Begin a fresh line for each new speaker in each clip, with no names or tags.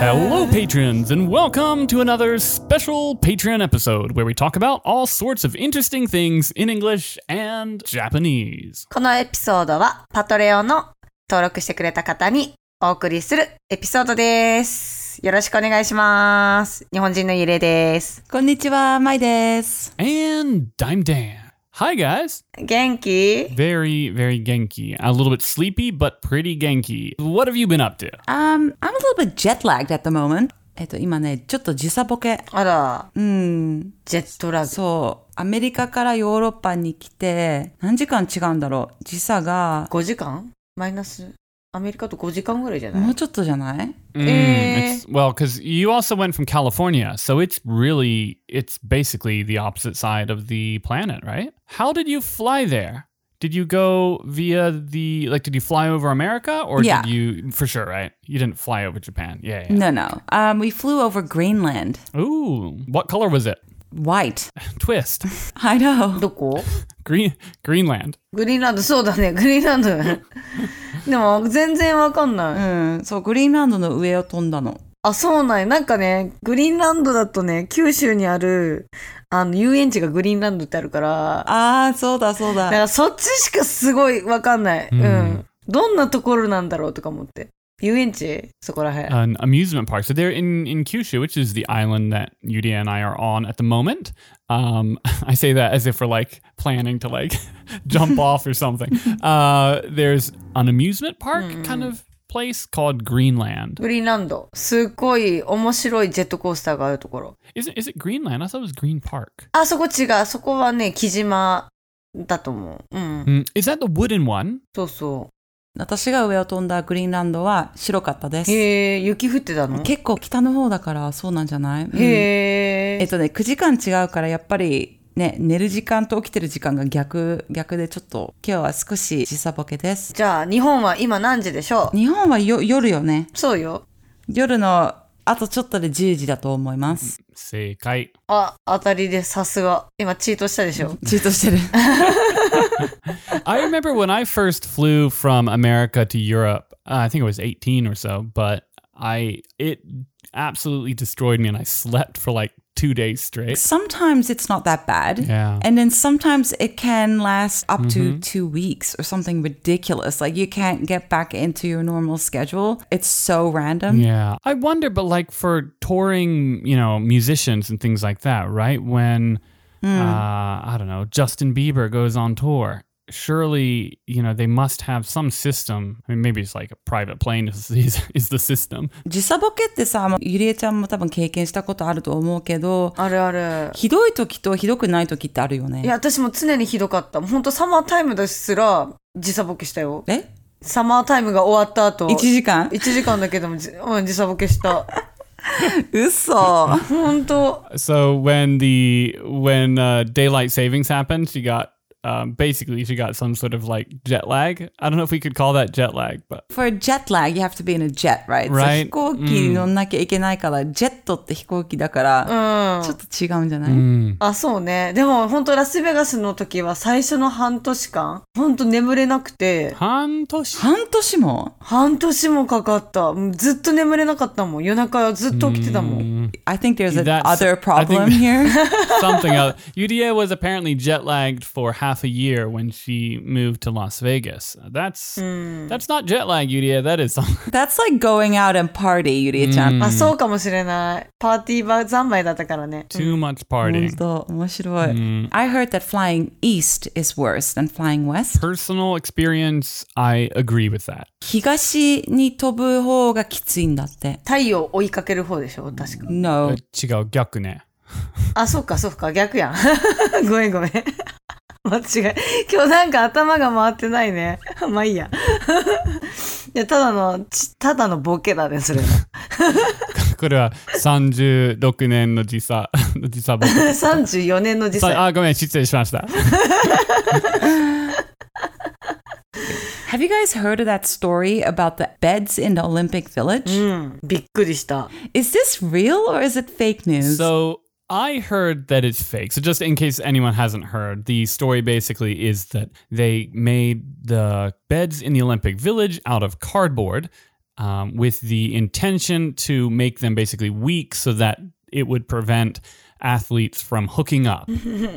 Hello, patrons, and welcome to another special Patreon episode where we talk about all sorts of interesting things in English and Japanese.
このエピソードはパトレオの登録してくれた方にお送りするエピソードです。よろしくお願いします。日本人のゆれです。
こんにちは、まいです。
And Dime Dan. Hi, guys.
元気
Very, very genki. A little bit sleepy, but pretty genki. What have you been up to?
Um, I'm a little bit jet lagged at the moment. えっと、今ね、ちょっと時差ボケ。
あら、
うん。
ジェットラグ。
そう。アメリカからヨーロッパに来て、何時間違うんだろう。時差が、
5時間マイナス。アメリカと5時間ぐらいじゃな
も
いう
ちょっとじゃない
Mm,
Eh.
it's, well, because you also went from California, so it's really, it's basically the opposite side of the planet, right? How did you fly there? Did you go via the, like, did you fly over America or
Yeah.
did you, for sure, right? You didn't fly over Japan. Yeah. yeah.
No, no. Um, we flew over Greenland.
Ooh, what color was it?
White.
Twist.
I know.
どこ
Green, Greenland.
グリーンランド、そうだね、グリーンラン ド。でも、全然わかんない。
うん。そう、グリーンランドの上を飛んだの。
あ、そうなんや。なんかね、グリーンランドだとね、九州にある、あの、遊園地がグリーンランドってあるから、
ああ、そうだ、そう
だか
だ。
らそっちしかすごいわかんない。うん。
うん
どんなところなんだろうとか思って。遊園地そこらへん。
an amusement park. So they're in, in Kyushu, which is the island that Yudia and I are on at the moment. Um, I say that as if we're like planning to like jump off or something. Uh, there's an amusement park kind of place called Greenland.
グリーンランド。すっごい面白いジェットコースターがあるところ。
Is it, is it Greenland? I thought it was Green Park.
あ、そこ違う。そこはね、木島だと思う。うん。
Mm, Is that the wooden one?
そうそ
私が上を飛んだグリーンランドは白かったで
う。
す。
へえ、雪降ってたの
結構北の方だからそうなんじゃない、うん
へ
えっ
え。
とね、9時間違うから、やっぱり、ね、寝る時間と起きてる時間が逆、逆でちょっと、今日は少し時差ボケです。
じゃあ、日本は今何時でしょ
日本はよ夜よね。
うそうよ。
夜の、あとちょっとで10時だと思います。
Seikai.
あ、当たりでさすが。今、チートしたでしょ。
チートして る。
I remember when I first flew from America to Europe. Uh, I think it was 18 or so, but I it absolutely destroyed me, and I slept for like two days straight.
Sometimes it's not that bad.
Yeah.
And then sometimes it can last up to two weeks or something ridiculous. Like you can't get back into your normal schedule. It's so random.
Yeah. I wonder, but like for touring, you know, musicians and things like that, right? When, uh, I don't know, Justin Bieber goes on tour, surely, you know, they must have some system. I mean, maybe it's like a private plane is, is, is the system.
時差ボケってさ、ゆりえちゃんも多分経験したことあると思うけど、
あるある。
ひどい時とひどくない時ってあるよね。
いや、私も常にひどかった。ほんとサマータイムですら時差ボケしたよ。
え
サマータイムが終わった後。
?1 時間
一時間だけでもじ、うん、時差ボケした。
嘘
ほんと。
So when the, when uh, daylight savings happened, she got, um, basically she got some sort of like jet lag. I don't know if we could call that jet lag, but
For jet lag, you have to be in a jet, right? So
Right.
飛行機に乗んなきゃいけないから、ジェットって飛行機だから、
うん。
ちょっと違うんじゃない、
あ、そうね。でも、ほんとラスベガスの時は最初の半年間、ほんと眠れなくて、
Hantoshi.
半年も
半年もかかった。うんずっと眠れなかったもん。夜中ずっと起きてたもん。
I think there's an
That's-
other
I think-
problem here.
something else. Yudia was apparently jet lagged for half a year when she moved to Las Vegas. That's that's not jet lag, Yudia. That is some-
That's like going out and party, ゆりえちゃん。
あ、そうかもしれない。パーティー場三昧だったからね。
too much
本
partying.
当、面白い。I heard that flying east is worse than flying west.
Personal experience, I agree with that.
東に飛ぶ方がきついんだって。
太陽を追いかける方でしょ確か。
No.
Chigo gyakune.
あ、そっかそっか、逆やん。 ごめんごめん。間違え。今日なんか頭が回ってないね。 まあいいや。いや、ただの、ちただのボケだね、それは。
これは36年の時差、時差僕。
34年の時差。
あ、ごめん、失礼しました。
Have you guys heard of that story about the beds in the Olympic Village?
うん。びっくりした。
Is this real or is it fake news?
So I heard that it's fake. So, just in case anyone hasn't heard, the story basically is that they made the beds in the Olympic Village out of cardboard um, with the intention to make them basically weak so that it would prevent athletes from hooking up.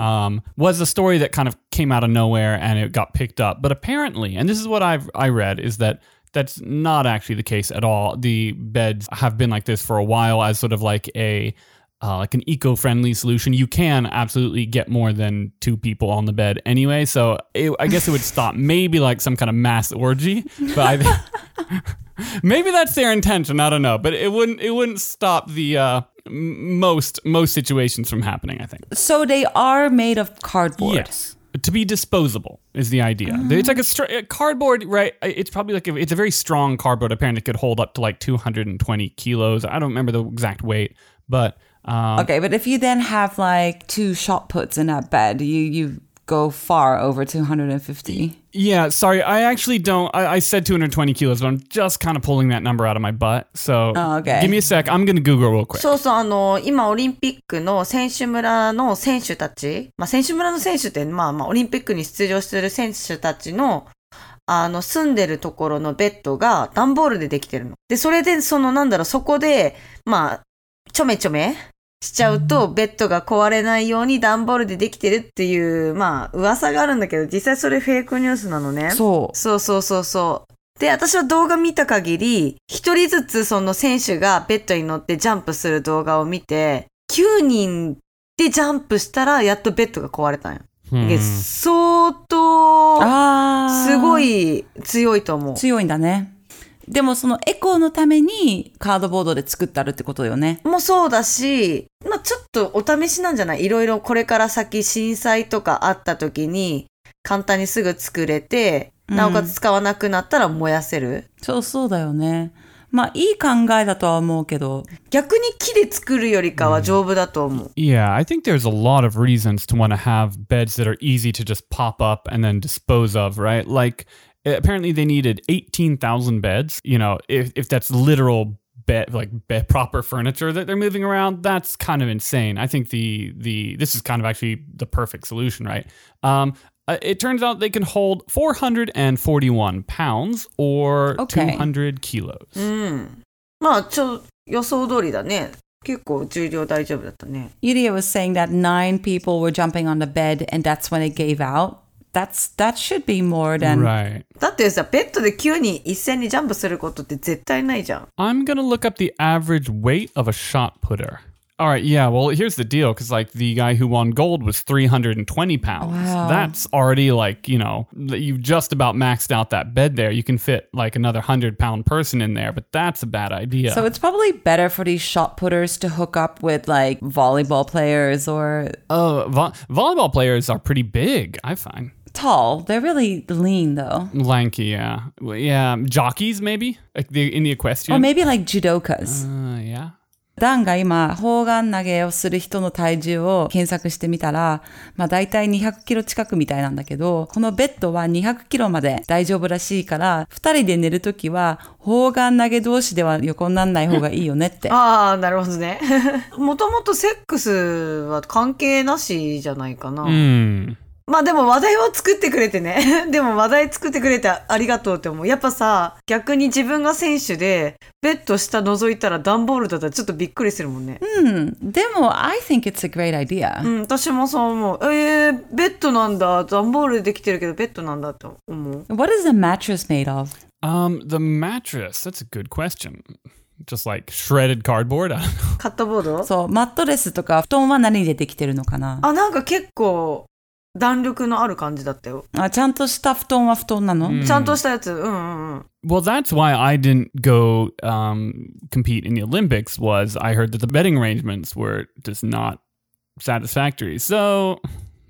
um, was a story that kind of came out of nowhere and it got picked up. But apparently, and this is what I've I read is that that's not actually the case at all. The beds have been like this for a while as sort of like a uh, like an eco-friendly solution. You can absolutely get more than two people on the bed anyway. So it, I guess it would stop maybe like some kind of mass orgy. But I, think- maybe that's their intention. I don't know. But it wouldn't it wouldn't stop the uh, m- most most situations from happening. I think.
So they are made of cardboard. Ah.
Yes. To be disposable is the idea. It's like a, str- a cardboard, right? It's probably like a, it's a very strong cardboard. Apparently, it could hold up to like 220 kilos. I don't remember the exact weight, but um,
Okay, but if you then have like two shot puts in that bed, you you go far over 250.
yeah. Sorry, I actually don't. I, I said 220 kilos, but I'm just kind of pulling that number out of my butt. So
Oh, okay.
give me a sec. I'm gonna Google real quick.
そうそう、あの、今オリンピックの選手村の選手たち、まあ選手村の選手って、まあまあオリンピックに出場してる選手たちの、あの、住んでるところのベッドが段ボールでできてるの。で、それで、そのなんだろう、そこで、まあ、ちょめちょめしちゃうと、ベッドが壊れないように段ボールでできてるっていう、まあ、噂があるんだけど、実際それフェイクニュースなのね。
So,
そうそうそうそう。で、私は動画見た限り、一人ずつその選手がベッドに乗ってジャンプする動画を見て、9人でジャンプしたらやっとベッドが壊れたんよ。
Hmm.
で相当、
ah,
すごい強いと思う。
強いんだね。でもそのエコーのためにカードボードで作ってあるってことよね。
もそうだし、まあちょっとお試しなんじゃないいろいろこれから先震災とかあった時に、簡単にすぐ作れて、なおかつ使わなくなったら燃やせる。
そうそうだよね。まあいい考えだとは思うけど。
逆に木で作るよりかは丈夫だと思う。
Yeah, I think there's a lot of reasons to want to have beds that are easy to just pop up and then dispose of, right? Like eh, apparently they needed 18,000 beds, you know, if if that's literal bed like bed, proper furniture that they're moving around, that's kind of insane. I think the the this is kind of actually the perfect solution, right? Um uh, it turns out they can hold 441 pounds or
Okay.
200 kilos.
うん。まあ、ちょ、予想通りだね。結構重量大丈夫だったね。
Yuria was saying that nine people were jumping on the bed and that's when it gave out. That's that should be more than
Right.
だってさ、ベッドで9人一斉にジャンプすることって絶対ないじゃん。
I'm gonna look up the average weight of a shot putter. All right, yeah. Well, here's the deal, because like the guy who won gold was 320 pounds.
Wow.
That's already like you know that you've just about maxed out that bed there. You can fit like another hundred pound person in there, but that's a bad idea.
So it's probably better for these shot putters to hook up with like volleyball players or
oh, vo- volleyball players are pretty big. I find
tall. They're really lean though.
lanky. Yeah, Well, yeah. Jockeys maybe like the in the
Or
equestrian.
maybe like judokas.
uh, yeah.
ダンが今、砲丸投げをする人の体重を検索してみたら、まあ大体200キロ近くみたいなんだけど、このベッドは200キロまで大丈夫らしいから、二人で寝るときは、砲丸投げ同士では横にならない方がいいよねって。
ああ、なるほどね。 もともとセックスは関係なしじゃないかな。
Oh.
Hmm.
まあでも話題を作ってくれてね。 でも話題作ってくれてありがとうって思う。やっぱさ、逆に自分が選手で、ベッド下覗いたら段ボールだったらちょっとびっくりするもんね。
うん。でも、I think it's a great idea.
うん、私もそう思う。えー、ベッドなんだ。段ボールできてるけどベッドなんだって思う。
What is the mattress made of?
Um, the mattress. That's a good question. Just like shredded cardboard. I don't know.
カットボード
そう、マットレスとか布団は何でできてるのかな
あ、なんか結構弾力のある感じだったよ。
あ、ちゃんとした布団は布団なの、
ちゃんとしたやつ。うんうんうん。
Well, that's why I didn't go um, compete in the Olympics. Was I heard that the betting arrangements were just not satisfactory. So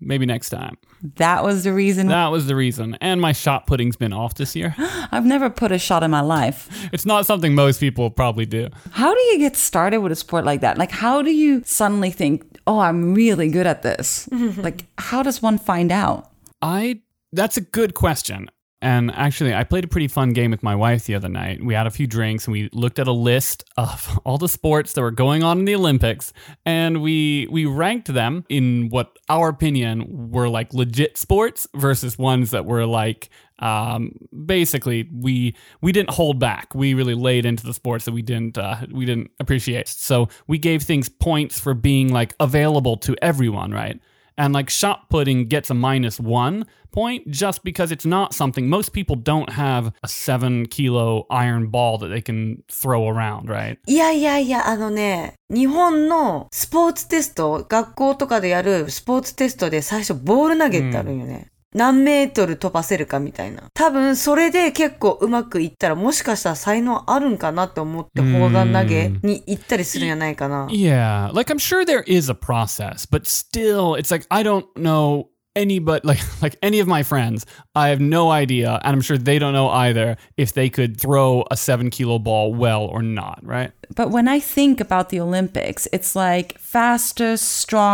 maybe next time.
That was the reason
That was the reason. And my shot putting's been off this year.
I've never put a shot in my life.
It's not something most people probably do.
How do you get started with a sport like that? Like, how do you suddenly think, oh, I'm really good at this? like, how does one find out?
I. That's a good question. And actually, I played a pretty fun game with my wife the other night. We had a few drinks and we looked at a list of all the sports that were going on in the Olympics, and we we ranked them in what our opinion were like legit sports versus ones that were like um, basically we we didn't hold back. We really laid into the sports that we didn't uh, we didn't appreciate. So we gave things points for being like available to everyone, right? And like shot putting gets a minus one point just because it's not something most people don't have a seven kilo iron ball that they can throw around, right?
いやいやいや、あのね、日本のスポーツテスト、学校とかでやるスポーツテストで最初ボール投げってあるんよね。何メートル飛ばせるかみたいな。多分それで結構うまくいったらもしかしたら才能あるんかなって思って砲丸投げに行ったりするんじゃないかな。
Yeah, like I'm sure there is a process, but still, it's like I don't know any but like like any of my friends. I have no idea, and I'm sure they don't know either if they could throw a seven kilo ball well or not, right?
But when I think about the Olympics, it's like fastest,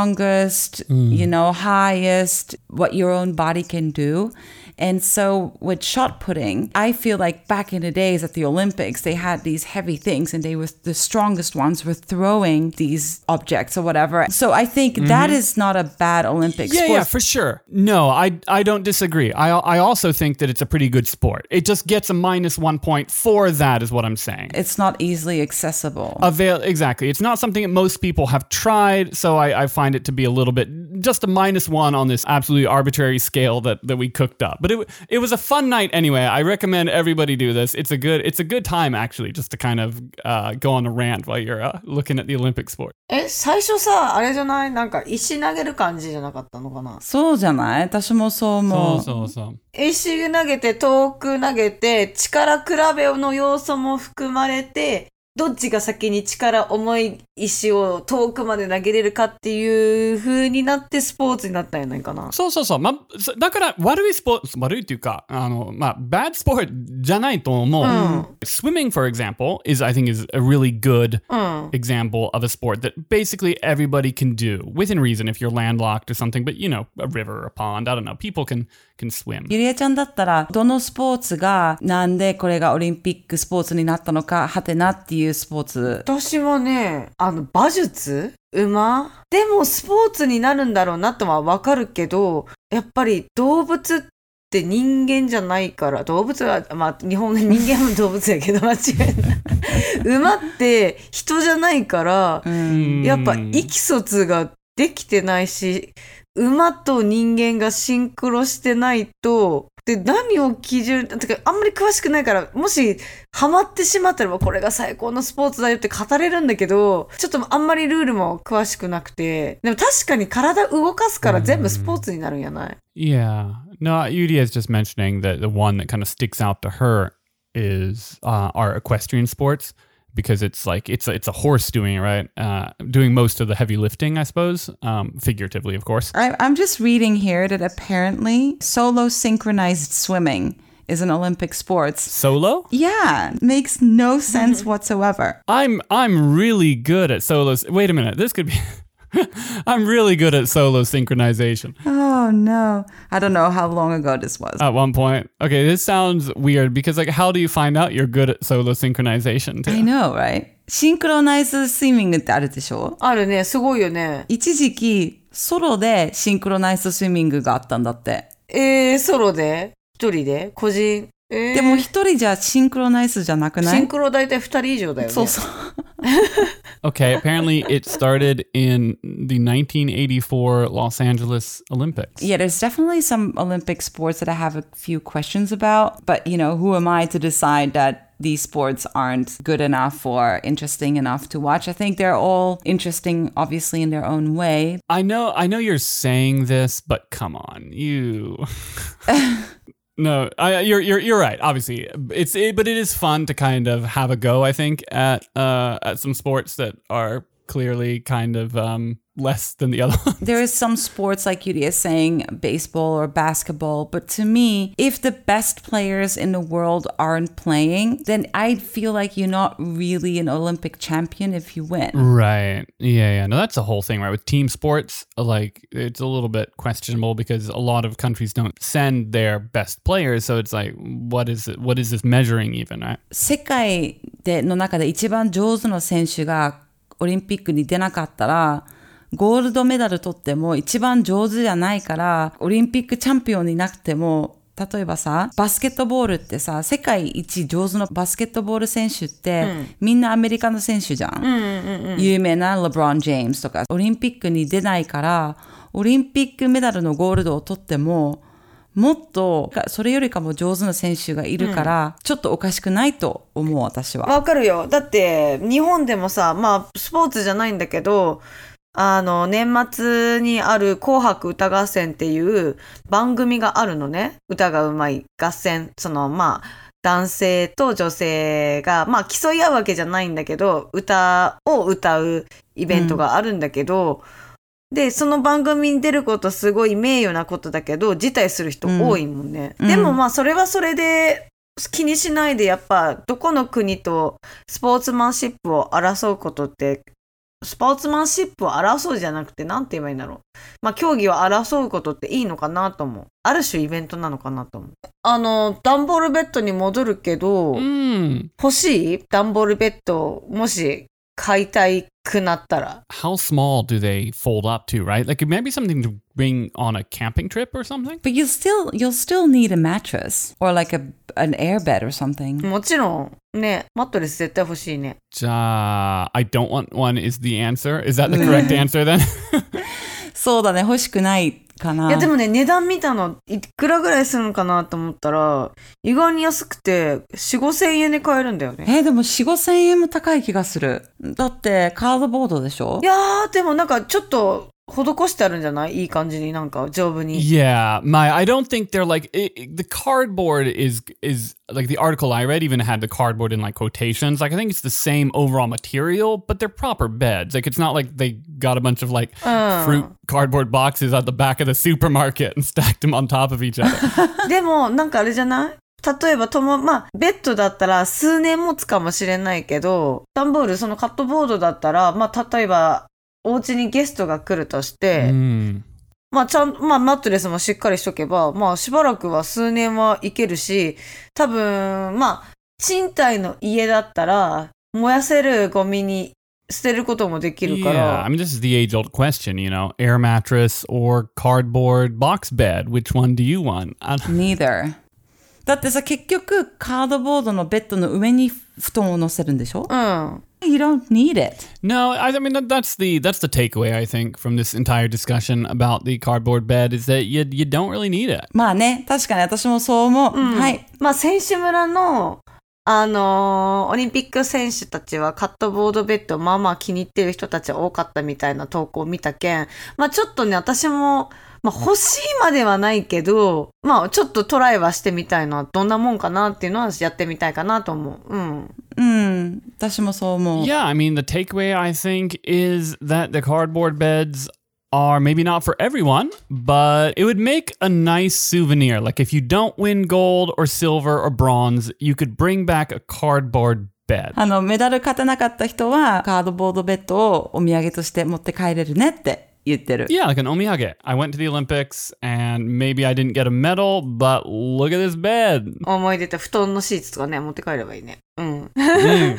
strongest,
Mm.
you know, highest, what your own body can do. And so with shot putting, I feel like back in the days at the Olympics, they had these heavy things and they were the strongest ones were throwing these objects or whatever. So I think that is not a bad Olympic
Mm-hmm. Yeah,
sport.
yeah, for sure. No, I I don't disagree. I I also think that it's a pretty good sport. It just gets a minus one point for that, is what I'm saying.
it's not easily accessible.
Avail exactly. It's not something that most people have tried, so I, I find it to be a little bit just a minus one on this absolutely arbitrary scale that, that we cooked up. But it w- it was a fun night anyway. I recommend everybody do this. It's a good it's a good time actually, just to kind of uh, go on a rant while you're uh, looking at the Olympic sport.
え、最初さ、あれじゃないなんか石投げる感じじゃなかったのかな
そうじゃない私もそう思う。
so so.
石投げて、遠く投げて、力比べの要素も含まれて、どっちが先に力重い石を遠くまで投げれるかっていう風になってスポーツになったんやないかな。
そうそうそう。まあ、そだから悪いスポーツ、悪いっていうか、あの、まあ、bad sport じゃないと思う。Swimming, for example, is, I think, is a really good
うん。
example of a sport that basically everybody can do within reason if you're landlocked or something, but you know, a river or a pond, I don't know, people can, can swim.
ゆりえちゃんだったら、どのスポーツが、なんでこれがオリンピックスポーツになったのか、はてなっていうスポーツ。
私はね、あの、馬術馬でもスポーツになるんだろうなとはわかるけど、やっぱり動物って人間じゃないから、動物は、まあ、日本人間も動物やけど間違いない。馬って人じゃないから、
うん。
やっぱ
Hmm.
意気疎通ができてないし、馬と人間がシンクロしてないと、で、何を基準、てかあんまり詳しくないから、もしハマってしまったら、これが最高のスポーツだよって語れるんだけど、ちょっとあんまりルールも詳しくなくて、でも確かに体動かすから全部スポーツになるんやない
Yeah. No, Yudi is just mentioning that the one that kind of sticks out to her is uh, our equestrian sports because it's like it's a, it's a horse doing it, right? Uh, doing most of the heavy lifting, I suppose, um, figuratively, of course.
I, I'm just reading here that apparently solo synchronized swimming is an Olympic sport.
Solo?
Yeah, makes no sense whatsoever.
I'm I'm really good at solos. Wait a minute, this could be. I'm really good at solo synchronization.
Oh no. I don't know how long ago this was.
At one point, okay, this sounds weird because like, how do you find out you're good at solo synchronization?
I
Too?
know, right? シンクロナイズスイミングってあるでしょ
あるね、すごいよね。
一時期、ソロでシンクロナイズスイミングがあったんだって。
えー、ソロで一人で個人えー、
でも一人じゃシンクロナイズじゃなくな
シン
い
クロ大体二人以上だよね。
そうそう。
Okay, apparently it started in the 1984 Los Angeles Olympics.
Yeah, there's definitely some Olympic sports that I have a few questions about, but you know, who am I to decide that these sports aren't good enough or interesting enough to watch? I think they're all interesting, obviously, in their own way.
I know, I know you're saying this, but come on, you. no, I, you're you're you're right. Obviously, it's it, but it is fun to kind of have a go. I think at uh, at some sports that are clearly kind of um, less than the other one.
There is some sports like Yuri is saying, baseball or basketball, but to me, if the best players in the world aren't playing, then I feel like you're not really an Olympic champion if you win.
Right. Yeah, yeah. No, that's the whole thing, right? With team sports, like it's a little bit questionable because a lot of countries don't send their best players, so it's like what is it what is this measuring even, right?
世界での中で一番上手の選手がオリンピックに出なかったら、ゴールドメダル取っても一番上手じゃないから、オリンピックチャンピオンになくても、例えばさ、バスケットボールってさ、世界一上手のバスケットボール選手って、みんなアメリカの選手じゃん。有名なレブロン・ジェームスとか、オリンピックに出ないから、オリンピックメダルのゴールドを取っても、もっと、それよりかも上手な選手がいるから、ちょっとおかしくないと思う、私は。
わかるよ。だって、日本でもさ、まあ、スポーツじゃないんだけど、あの、年末にある紅白歌合戦っていう番組があるのね。歌がうまい合戦。その、まあ、男性と女性が、まあ、競い合うわけじゃないんだけど、歌を歌うイベントがあるんだけど、で、その番組に出ることすごい名誉なことだけど、辞退する人多いもんね。
うん
でもまあ、それはそれで気にしないでやっぱどこの国とスポーツマンシップを争うことってスポーツマンシップを争うじゃなくて何て言えばいいんだろうまあ競技を争うことっていいのかなと思うある種イベントなのかなと思うあの段ボールベッドに戻るけど、
Mm.
欲しい段ボールベッドもし買いたいくなったら
How small do they fold up to, right? Like it might be something to bring on a camping trip or something.
But you still you'll still need a mattress or like a an air bed or something.
もちろんねマットレス絶対欲しいね
Ja, I don't want one is the answer. Is that the correct answer then?
そうだね、欲しくないかな。
いやでもね値段見たのいくらぐらいするのかなと思ったら意外に安くて4 5千円で買えるんだよね
えでも4、5千円も高い気がする。だってカードボードでしょ
いやーでもなんかちょっと施してあるんじゃないいい感じになんか丈夫に
Yeah, my I don't think they're like i i the cardboard is is like the article I read even had the cardboard in like quotations. Like I think it's the same overall material, but they're proper beds. Like it's not like they got a bunch of like fruit cardboard boxes at the back of the supermarket and stacked them on top of each other.
でもなんかあれじゃない例えばとも、まあ、ベッドだったら数年持つかもしれないけど、段ボール、そのカットボードだったら、まあ、例えば、お家にゲストが来るとして、
Mm.
まあ、ちゃん、まあ、マットレスもしっかりしとけば、まあ、しばらくは数年はいけるし、多分、まあ、賃貸の家だったら、燃やせるゴミに捨てることもできるから。
Yeah, I mean this is the age old question, you know, air mattress or cardboard box bed. Which one do you want? I don't-
Neither. だってさ、結局カードボードのベッドの上に布団を乗せるんでしょ
うん。
?You don't need it.
No, I, I mean that, that's the that's the takeaway I think from this entire discussion about the cardboard bed is that you you don't really need it.
まあね、確かに私もそう思う。はい。
まあ、選手村の、あのーオリンピック選手たちはカットボードベッドをまあまあ気に入ってる人たち多かったみたいな投稿を見たけん、まあちょっとね、私も、まあ欲しいまではないけど、まあちょっとトライはしてみたいな、どんなもんかなっていうのはやってみたいかなと思う。うん。
うん。私もそう思う。
Yeah, I mean the takeaway I think is that the cardboard beds are maybe not for everyone, but it would make a nice souvenir. Like if you don't win gold or silver or bronze, you could bring back a cardboard bed.
あの、メダル勝てなかった人は、カードボードベッドをお土産として持って帰れるねって言ってる。
Yeah, like an omiyage. I went to the Olympics and maybe I didn't get a medal, but look at this bed.
思い出と布団のシーツとかね、持って帰ればいいね。 うん。
Mm.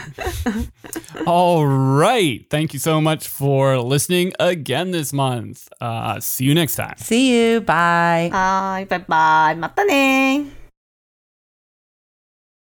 All right. Thank you so much for listening again this month. Uh, see you next time.
See you, bye!
はーい、バイバイ。またねー。